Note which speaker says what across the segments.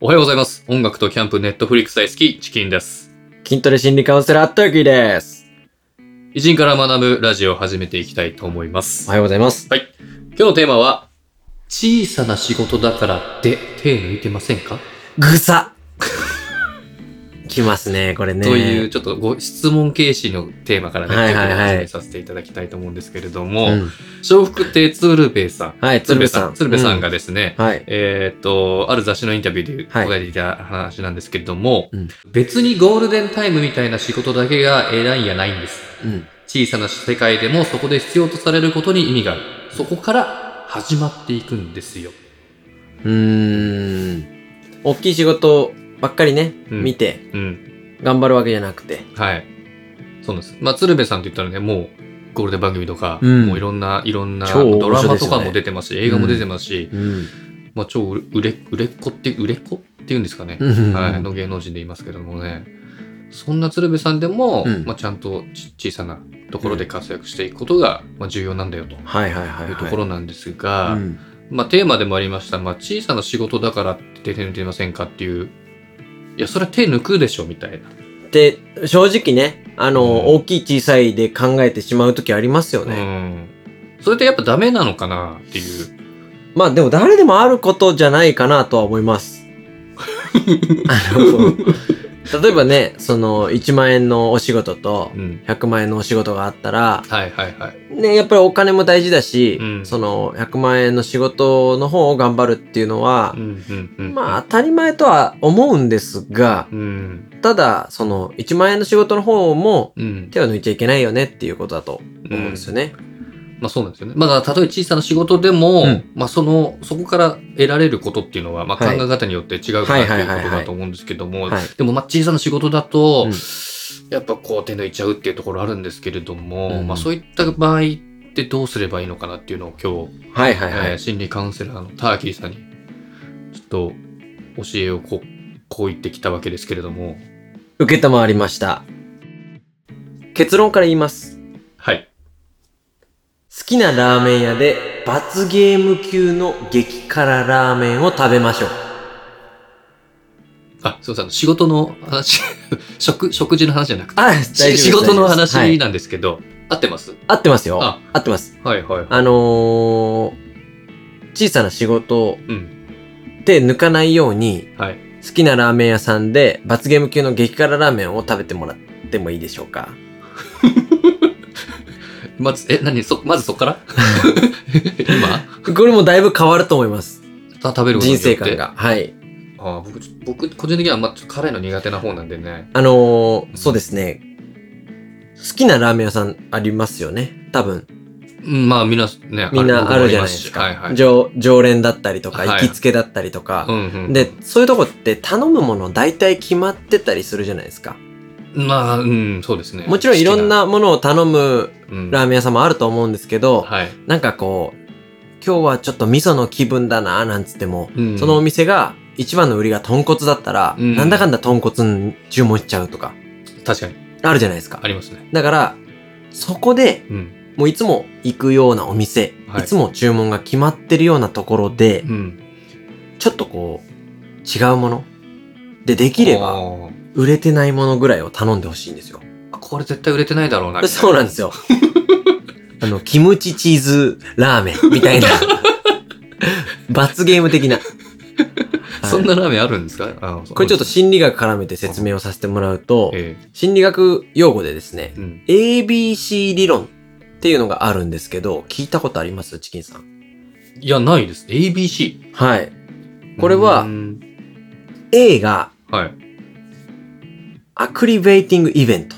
Speaker 1: おはようございます。音楽とキャンプ、ネットフリックス大好き、チキンです。
Speaker 2: 筋トレ心理カウンセラー、とゆきです。
Speaker 1: 偉人から学ぶラジオを始めていきたいと思います。
Speaker 2: おはようございます。
Speaker 1: 今日のテーマは、小さな仕事だからって手抜いてませんか、
Speaker 2: ぐさきますね、これね。
Speaker 1: という、。ちょっとご質問形式のテーマからね、
Speaker 2: はいはいはい
Speaker 1: ちょっとお始めさせていただきたいと思うんですけれども、
Speaker 2: うん、
Speaker 1: 笑福亭鶴瓶さん。
Speaker 2: はい、鶴瓶さん。
Speaker 1: 鶴瓶さんがですね、
Speaker 2: うん。はい。
Speaker 1: えーっと、ある雑誌のインタビューで
Speaker 2: はい
Speaker 1: 答えていた話なんですけれども、
Speaker 2: うん
Speaker 1: 別にゴールデンタイムみたいな仕事だけが偉いんやないんです。
Speaker 2: うん。
Speaker 1: 小さな世界でもそこで必要とされることに意味がある。そこから始まっていくんですよ。
Speaker 2: うーん。大きい仕事ばっかりね、
Speaker 1: うん
Speaker 2: 見て、
Speaker 1: うん。
Speaker 2: 頑張るわけじゃなくて。
Speaker 1: はい。そうなんです。まあ、鶴瓶さんって言ったらね、もう、ゴールデン番組とか、
Speaker 2: うん
Speaker 1: もういろんな、いろんな、
Speaker 2: 超
Speaker 1: ドラ
Speaker 2: 大御所
Speaker 1: マ
Speaker 2: です
Speaker 1: と
Speaker 2: よね
Speaker 1: かも出てますし、映画も出てますし、
Speaker 2: うん。
Speaker 1: まあ、超売れ、売れっ子って、売れっ子っていうんですかね。
Speaker 2: うん
Speaker 1: はい、の芸能人で言いますけどもねそんな鶴瓶さんでも、
Speaker 2: うん
Speaker 1: まあ、ちゃんとち小さなところで活躍していくことが、まあ、重要なんだよとい
Speaker 2: はいはいはい、は
Speaker 1: うところなんですが、
Speaker 2: うん。
Speaker 1: まあ、テーマでもありました、まあ、小さな仕事だからって手抜いてませんかっていういやそれは手抜くでしょみたいな、
Speaker 2: で、正直ね、あの、
Speaker 1: うん
Speaker 2: 大きい小さいで考えてしまうときありますよ
Speaker 1: う
Speaker 2: ね。
Speaker 1: ん、それってやっぱダメなのかなっていう
Speaker 2: まあでも誰でもあることじゃないかなとは思い ます。あの、例えばね、その1万円のお仕事と
Speaker 1: うん
Speaker 2: 100万円のお仕事があったら、
Speaker 1: はいはいはい
Speaker 2: ね、やっぱりお金も大事だし、
Speaker 1: うん
Speaker 2: その100万円の仕事の方を頑張るっていうのは
Speaker 1: う、んうんうん
Speaker 2: まあ当たり前とは思うんですが、
Speaker 1: うん
Speaker 2: ただ、その1万円の仕事の方も
Speaker 1: うん
Speaker 2: 手を抜いちゃいけないよねっていうことだと思うんですよね。
Speaker 1: まあそうなんですよね。まあだから、例えば小さな仕事でも、
Speaker 2: うん
Speaker 1: まあその、そこから得られることっていうのは、まあ考
Speaker 2: はい
Speaker 1: え方によって違うかなと
Speaker 2: はいいうはいはいはい
Speaker 1: ことだと思うんですけども、
Speaker 2: はい。
Speaker 1: でもまあ小さな仕事だと、
Speaker 2: うん
Speaker 1: やっぱこう手抜いちゃうっていうところあるんですけれども、
Speaker 2: うん
Speaker 1: まあそういった場合ってどうすればいいのかなっていうのを今日、
Speaker 2: はいはいはい。
Speaker 1: えー心理カウンセラーのターキーさんに、ちょっと教えをこう、こう言ってきたわけですけれども、
Speaker 2: 受けたまわりました。結論から言います。
Speaker 1: はい。
Speaker 2: 好きなラーメン屋で罰ゲーム級の激辛ラーメンを食べましょう。
Speaker 1: あ、すいません。仕事の話、 食、食事の話じゃなくて、
Speaker 2: あ、
Speaker 1: し仕事の
Speaker 2: 大丈夫ですは
Speaker 1: 話
Speaker 2: い
Speaker 1: なんですけど、合ってます
Speaker 2: 合ってますよ。
Speaker 1: あ
Speaker 2: 合ってます。
Speaker 1: はいはい。
Speaker 2: あのー、小さな仕事
Speaker 1: うん。
Speaker 2: で抜かないように、
Speaker 1: はい。
Speaker 2: 好きなラーメン屋さんで罰ゲーム級の激辛ラーメンを食べてもらってもいいでしょうか。
Speaker 1: まず、え、何そ、まずそっから 今
Speaker 2: これもだいぶ変わると思います。
Speaker 1: た食べることによ
Speaker 2: 人
Speaker 1: って
Speaker 2: 生観。が。はい。
Speaker 1: あー僕、ちょ僕、個人的にはあんまちょっと辛いの苦手な方なんでね。
Speaker 2: あのー、そうですね。好きなラーメン屋さんありますよね。多分。
Speaker 1: うん、まあ、みんな、ね、
Speaker 2: みんなあるじゃないで
Speaker 1: 僕
Speaker 2: す
Speaker 1: も
Speaker 2: か。
Speaker 1: りましはいはい。
Speaker 2: 常常連だったりとか、
Speaker 1: はい
Speaker 2: 行きつけだったりとか。
Speaker 1: うんうん。
Speaker 2: で、そういうとこって頼むもの大体決まってたりするじゃないですか。
Speaker 1: まあ、うん、そうですね。
Speaker 2: もちろんいろんなものを頼む
Speaker 1: 好きな、うん
Speaker 2: ラーメン屋さんもあると思うんですけど、
Speaker 1: はい。
Speaker 2: なんかこう、今日はちょっと味噌の気分だななんつっても、
Speaker 1: うん
Speaker 2: そのお店が一番の売りが豚骨だったら、
Speaker 1: うん
Speaker 2: なんだかんだ豚骨注文しちゃうとか、
Speaker 1: 確かに、
Speaker 2: あるじゃないですか
Speaker 1: あ。りますね。
Speaker 2: だから、そこで
Speaker 1: うん。
Speaker 2: もういつも行くようなお店、
Speaker 1: はい
Speaker 2: い、つも注文が決まってるようなところで、
Speaker 1: うん。
Speaker 2: ちょっとこう、違うもので、できれ
Speaker 1: あ
Speaker 2: ば、
Speaker 1: ー
Speaker 2: 売れてないものぐらいを頼んでほしいんですよ。
Speaker 1: あこれ絶対売れてないだろうな。
Speaker 2: そうなんで すよ。あの、キムチチーズラーメンみたい な。罰ゲーム的な。はい
Speaker 1: そん なラーメンあるんですかあー
Speaker 2: これちょっと
Speaker 1: そう
Speaker 2: 心理学絡めて説明をさせてもらうと、
Speaker 1: え
Speaker 2: 心理学用語でですね
Speaker 1: え、うん。
Speaker 2: ABC 理論っていうのがあるんですけど、聞いたことありますチキンさん。
Speaker 1: いや、ないです。ABC。
Speaker 2: はい。これは
Speaker 1: うん、
Speaker 2: A が
Speaker 1: はい。
Speaker 2: アクリベイティングイベント。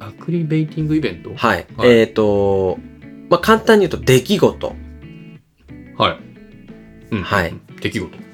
Speaker 1: アクリベイティングイベントは
Speaker 2: はい。
Speaker 1: はい
Speaker 2: えっ、と、まあ、簡単に言うと出来事。
Speaker 1: い。うん。
Speaker 2: はい。
Speaker 1: 出来事。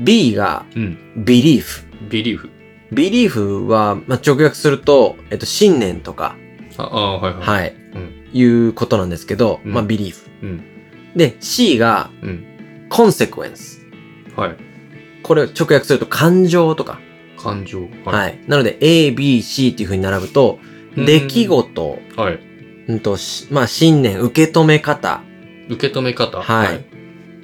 Speaker 2: B が
Speaker 1: うん。
Speaker 2: ビリーフ。
Speaker 1: ビリーフ。
Speaker 2: ビリーフは、まあ、直訳すると、えっと、信念とか、
Speaker 1: ああー、はいはい。い。
Speaker 2: はい、
Speaker 1: うん
Speaker 2: いうことなんですけど、
Speaker 1: うん
Speaker 2: まあ、ビリーフ。
Speaker 1: うん
Speaker 2: で、C が
Speaker 1: うん。
Speaker 2: コンセクエンス。
Speaker 1: はい。
Speaker 2: これを直訳すると感情とか。
Speaker 1: 感情。。
Speaker 2: はいい。なので、A、B、C っていう風に並ぶと、
Speaker 1: うん
Speaker 2: 出来事、
Speaker 1: はい。
Speaker 2: うんと、しまあ、信念、受け止め方。
Speaker 1: 受け止め方。
Speaker 2: はい。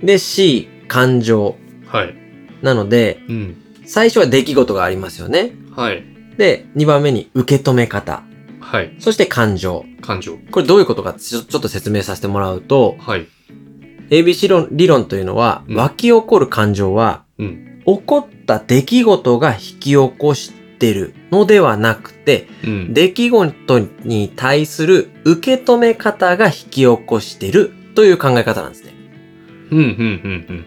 Speaker 2: で、C、感情。
Speaker 1: はい。はい。
Speaker 2: なので、
Speaker 1: うん。
Speaker 2: 最初は出来事がありますよね。
Speaker 1: はい。
Speaker 2: で、2番目に受け止め方。
Speaker 1: はい。
Speaker 2: そして感情。
Speaker 1: 感情。
Speaker 2: これどういうことかちょちょっと説明させてもらうと、
Speaker 1: はい。
Speaker 2: ABC 論理論というのは、
Speaker 1: うん
Speaker 2: 湧き起こる感情は、
Speaker 1: うん。
Speaker 2: 起こった出来事が引き起こしてるのではなくて、
Speaker 1: うん。
Speaker 2: 出来事に対する受け止め方が引き起こしてるという考え方なんですね。
Speaker 1: うん、うん、うん、うん。
Speaker 2: わ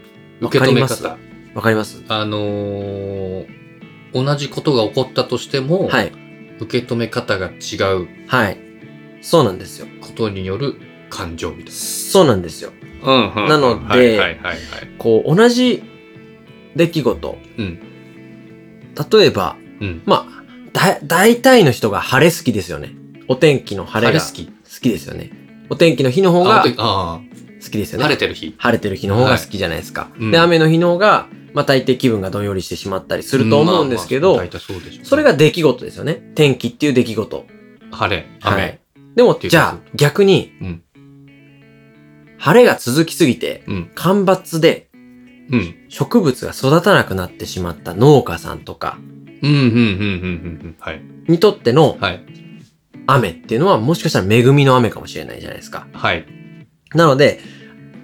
Speaker 1: 受け
Speaker 2: か
Speaker 1: 止
Speaker 2: り
Speaker 1: め
Speaker 2: ます
Speaker 1: 方。
Speaker 2: わかります
Speaker 1: あのー、同じことが起こったとしても、
Speaker 2: はい。
Speaker 1: 受け止め方が違う
Speaker 2: はい。そうなんですよ。
Speaker 1: ことによる感情みたい
Speaker 2: そうなんですよ。
Speaker 1: な。うん、うん
Speaker 2: なので
Speaker 1: はい、はい、はい。はい
Speaker 2: こう、同じ出来事。
Speaker 1: うん、
Speaker 2: 例えば、
Speaker 1: うん。
Speaker 2: まあ、だ、大体の人が晴れ好きですよね。お天気の晴
Speaker 1: 晴
Speaker 2: れ
Speaker 1: れ
Speaker 2: が
Speaker 1: 好
Speaker 2: 好
Speaker 1: き。
Speaker 2: きですよね。お天気の日の方
Speaker 1: あ
Speaker 2: が
Speaker 1: お天気あ
Speaker 2: 好きで
Speaker 1: ー、
Speaker 2: すよね。
Speaker 1: 晴れてる日。
Speaker 2: 晴れてる日の方が好きじゃないですか。
Speaker 1: うん
Speaker 2: で、雨の日の方が、まあ大抵気分がどんよりしてしまったりすると思うんですけど、
Speaker 1: まあまあ大体そうでしょう
Speaker 2: それが出来事ですよね。天気っていう出来事。
Speaker 1: 晴れ、
Speaker 2: は
Speaker 1: 雨
Speaker 2: い。。でも
Speaker 1: ていうこ、と
Speaker 2: じゃあ逆に、
Speaker 1: うん
Speaker 2: 晴れが続きすぎて、
Speaker 1: うん、
Speaker 2: 干ばつで
Speaker 1: うん。
Speaker 2: 植物が育たなくなってしまった農家さんとか
Speaker 1: うん、うん、うん、うん、うん。はい。
Speaker 2: にとっての
Speaker 1: はい。
Speaker 2: 雨っていうのはもしかしたら恵みの雨かもしれないじゃないですか。
Speaker 1: はい。
Speaker 2: なので、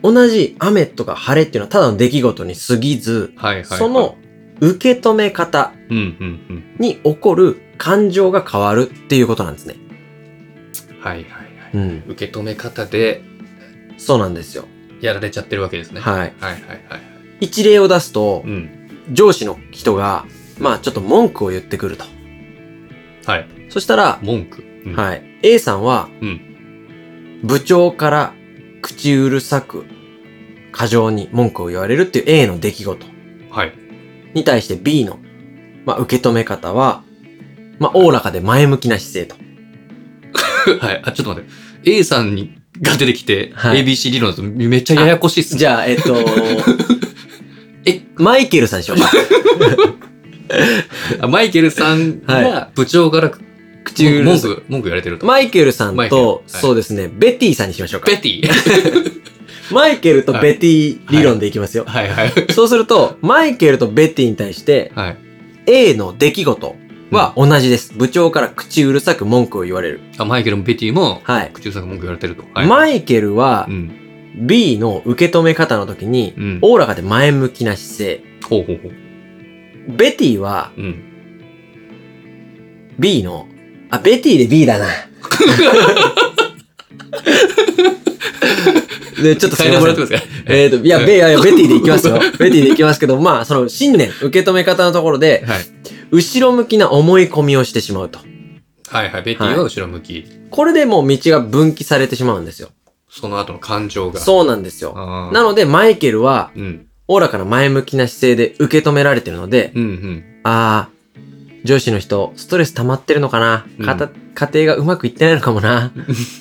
Speaker 2: 同じ雨とか晴れっていうのはただの出来事に過ぎず、
Speaker 1: はい、はい。
Speaker 2: その、受け止め方
Speaker 1: うん、うん、
Speaker 2: に起こる感情が変わるっていうことなんですね。
Speaker 1: うん。はい、はい、はい。
Speaker 2: うん。
Speaker 1: 受け止め方で
Speaker 2: そうなんですよ。
Speaker 1: やられちゃってるわけですね。
Speaker 2: はい。
Speaker 1: はい、はい、はい。
Speaker 2: 一例を出すと
Speaker 1: う、ん。
Speaker 2: 上司の人が、まあちょっと文句を言ってくると。
Speaker 1: はい。
Speaker 2: そしたら、
Speaker 1: 文句。うん
Speaker 2: はい。A さんは、
Speaker 1: う
Speaker 2: 部長から口うるさく、過剰に文句を言われるっていう A の出来事
Speaker 1: はい。
Speaker 2: に対して B の、まあ、受け止め方は、まあ、おおらかで前向きな姿勢と。
Speaker 1: はい。あ、ちょっと待って。A さんにが出てきて、
Speaker 2: はい
Speaker 1: ABC 理論だとめっちゃややこしいっすね。
Speaker 2: じゃあ、え っと、
Speaker 1: え、
Speaker 2: マイケルさんでしょうか。
Speaker 1: あマイケルさん
Speaker 2: は
Speaker 1: が部長から
Speaker 2: 口うる
Speaker 1: 文
Speaker 2: さく。
Speaker 1: 句、文句言われてると。
Speaker 2: マイケルさん
Speaker 1: マイケルは
Speaker 2: と
Speaker 1: い、
Speaker 2: そうですね、ベティさんにしましょうか
Speaker 1: ベ。ティ
Speaker 2: マイケルとベティ理論でいきますよ。
Speaker 1: はいはい。
Speaker 2: そうすると、マイケルとベティに対して、
Speaker 1: はい。
Speaker 2: A の出来事は同じです。部長から口うるさく文句を言われる。
Speaker 1: あ、マイケルもベティも、
Speaker 2: はい。
Speaker 1: 口うさく文句言われてると。はい。
Speaker 2: マイケルは
Speaker 1: う、ん。
Speaker 2: B の受け止め方の時に、
Speaker 1: うん。
Speaker 2: おおらかで前向きな姿勢。
Speaker 1: ほうほうほう。
Speaker 2: ベティは、
Speaker 1: うん。
Speaker 2: B の、あ、ベティで B だ な。で、ちょっとす
Speaker 1: 変
Speaker 2: い
Speaker 1: えて
Speaker 2: ま
Speaker 1: も
Speaker 2: せ
Speaker 1: らってま
Speaker 2: ん。
Speaker 1: すか
Speaker 2: えっ、と、いや、ベ、いやいや、ベティでいきますよ。ベティでいきますけど、まあ、その、信念、受け止め方のところで、
Speaker 1: はい。
Speaker 2: 後ろ向きな思い込みをしてしまうと。
Speaker 1: はいはい。ベティは後ろ向き。
Speaker 2: これでもう道が分岐されてしまうんですよ。
Speaker 1: その後の感情が。
Speaker 2: そうなんですよ。
Speaker 1: あー
Speaker 2: なので、マイケルは、
Speaker 1: うん。
Speaker 2: おおらかな前向きな姿勢で受け止められてるので、
Speaker 1: うんうん。
Speaker 2: あー、上司の人、ストレス溜まってるのかな、
Speaker 1: うん
Speaker 2: かた家庭がうまくいってないのかも な。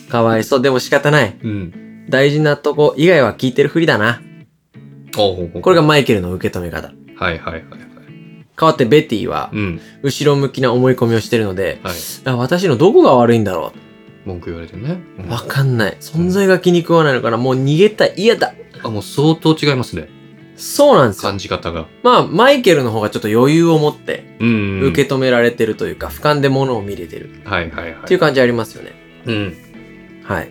Speaker 2: かわいそう、でも仕方ない。
Speaker 1: うん。
Speaker 2: 大事なとこ以外は聞いてるふりだな。
Speaker 1: ほうほうほう。
Speaker 2: これがマイケルの受け止め方。
Speaker 1: はいはいはいはい。
Speaker 2: 代わってベティは
Speaker 1: う、ん。
Speaker 2: 後ろ向きな思い込みをしてるので、
Speaker 1: はい。
Speaker 2: あ私のどこが悪いんだろ
Speaker 1: 文句言われてるね。う
Speaker 2: うんわかんない。存在が気に食わないのかなもう逃げたい。嫌だ。
Speaker 1: あ、もう相当違いますね。
Speaker 2: そうなんですよ。
Speaker 1: 感じ方が。
Speaker 2: まあ、マイケルの方がちょっと余裕を持って、
Speaker 1: うん、うん。
Speaker 2: 受け止められてるというか、俯瞰で物を見れてる
Speaker 1: はいはいはい。
Speaker 2: っていう感じありますよね。
Speaker 1: うん。
Speaker 2: はい。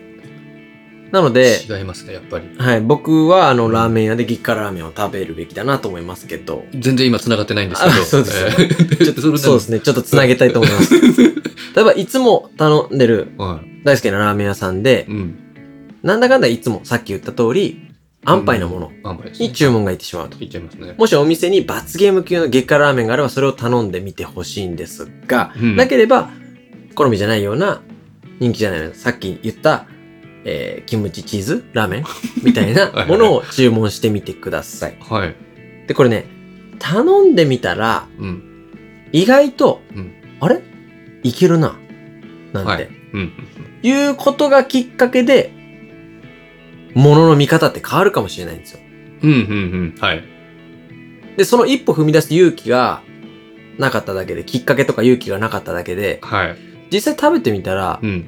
Speaker 2: なので、
Speaker 1: 違いますね、やっぱり。
Speaker 2: はい、僕はあの
Speaker 1: うん
Speaker 2: ラーメン屋で激辛ラーメンを食べるべきだなと思いますけど、
Speaker 1: 全然今繋がってないんですけ
Speaker 2: あ
Speaker 1: ど。
Speaker 2: そうです
Speaker 1: えー ちょっとそれ
Speaker 2: そうですね、ちょっとつなげたいと思い ます。例えば、いつも頼んでる
Speaker 1: はい。
Speaker 2: 大好きなラーメン屋さんで
Speaker 1: う、ん。
Speaker 2: なんだかんだいつもさっき言った通り、安牌なもの
Speaker 1: あんまりですね。
Speaker 2: に注文がいってしまうと。
Speaker 1: いっちゃいますね。
Speaker 2: もしお店に罰ゲーム級の激辛ラーメンがあれば、それを頼んでみてほしいんですが、
Speaker 1: うん
Speaker 2: なければ、好みじゃないような、人気じゃないような、さっき言った、えーキムチチーズラーメンみたい なものを注文してみてください。
Speaker 1: はい。
Speaker 2: で、これね、頼んでみたら、
Speaker 1: うん。
Speaker 2: 意外と、
Speaker 1: うん
Speaker 2: あれいけるな。なんて、、
Speaker 1: はいうん。
Speaker 2: うことがきっかけで、ものの見方って変わるかもしれないんですよ。
Speaker 1: うん、うん、うん。はい。
Speaker 2: で、その一歩踏み出す勇気がなかっただけで、きっかけとか勇気がなかっただけで、
Speaker 1: はい。
Speaker 2: 実際食べてみたら
Speaker 1: う、ん。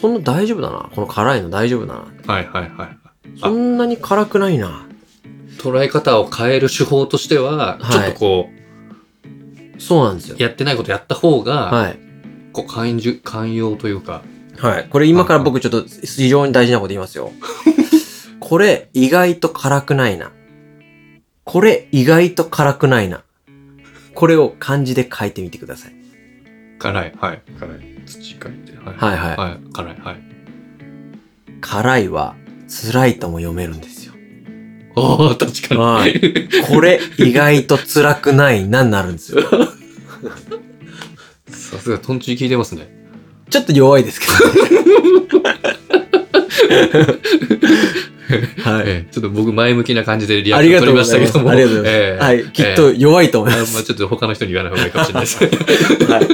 Speaker 2: そんな大丈夫だな。この辛いの大丈夫だな。
Speaker 1: はいはいは
Speaker 2: そんなに辛くないな。
Speaker 1: い。捉え方を変える手法としては、
Speaker 2: はい
Speaker 1: ちょっとこ
Speaker 2: そうなんですよ
Speaker 1: う、。やってないことやった方が、
Speaker 2: はい。
Speaker 1: こう、寛容、寛容というか、
Speaker 2: はい。これ今から僕ちょっと非常に大事なこと言いますよ。 これ意外と辛くないな。これ意外と辛くないな。これを漢字で書いてみてください。
Speaker 1: 辛い、はい、辛い。土書いて、はい。
Speaker 2: はいはい。
Speaker 1: はい、辛い、はい。
Speaker 2: 辛いは辛いとも読めるんですよ。
Speaker 1: おー、確かに。
Speaker 2: はこれ意外と辛くないなになるんですよ。
Speaker 1: さすが、トンチ効いてますね。
Speaker 2: ちょっと弱いですけど。 はい。
Speaker 1: ええちょっと僕、前向きな感じでリア
Speaker 2: あ
Speaker 1: クシ
Speaker 2: り
Speaker 1: ョン
Speaker 2: が
Speaker 1: 取
Speaker 2: とう
Speaker 1: りましたけ
Speaker 2: ございます。
Speaker 1: ども。
Speaker 2: ありがとうござい
Speaker 1: ええ
Speaker 2: ます。はい。きっと弱いと思い
Speaker 1: あ
Speaker 2: ま
Speaker 1: まあ
Speaker 2: す。
Speaker 1: ちょっと他の人に言わない方がいいかもしれないです。
Speaker 2: はい。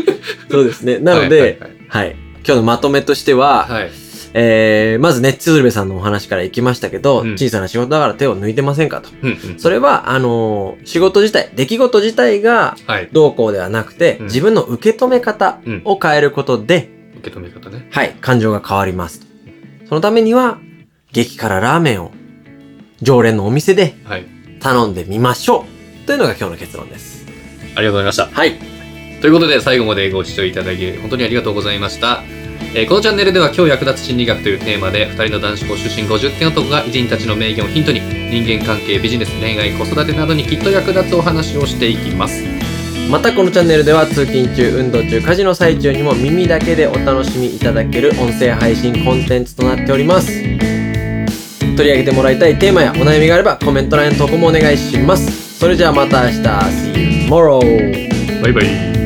Speaker 2: そうですね。 なので、
Speaker 1: はい、
Speaker 2: はい。今日のまとめとしては、
Speaker 1: はいはい
Speaker 2: えー、まずね、鶴瓶さんのお話からいきましたけど、
Speaker 1: うん
Speaker 2: 小さな仕事だから手を抜いてませんかと。
Speaker 1: うんうん
Speaker 2: それは、あのー仕事自体、出来事自体が
Speaker 1: はい。
Speaker 2: どうこうではなくて、
Speaker 1: うん
Speaker 2: 自分の受け止め方を変えることで、
Speaker 1: 受け止め方ね。
Speaker 2: はい、感情が変わりますと。そのためには、激辛ラーメンを常連のお店で
Speaker 1: はい。
Speaker 2: 頼んでみましょうというのが今日の結論です。
Speaker 1: ありがとうございました。
Speaker 2: はい。
Speaker 1: ということで、最後までご視聴いただき、本当にありがとうございました。えーこのチャンネルでは今日役立つ心理学というテーマで、2人の男子校出身50点男が偉人たちの名言をヒントに、人間関係、ビジネス、恋愛、子育てなどにきっと役立つお話をしていきます。
Speaker 2: またこのチャンネルでは通勤中運動中家事の最中にも耳だけでお楽しみいただける音声配信コンテンツとなっております取り上げてもらいたいテーマやお悩みがあればコメント欄への投稿もお願いしますそれじゃあまた明日 See you tomorrow!
Speaker 1: バイバイ。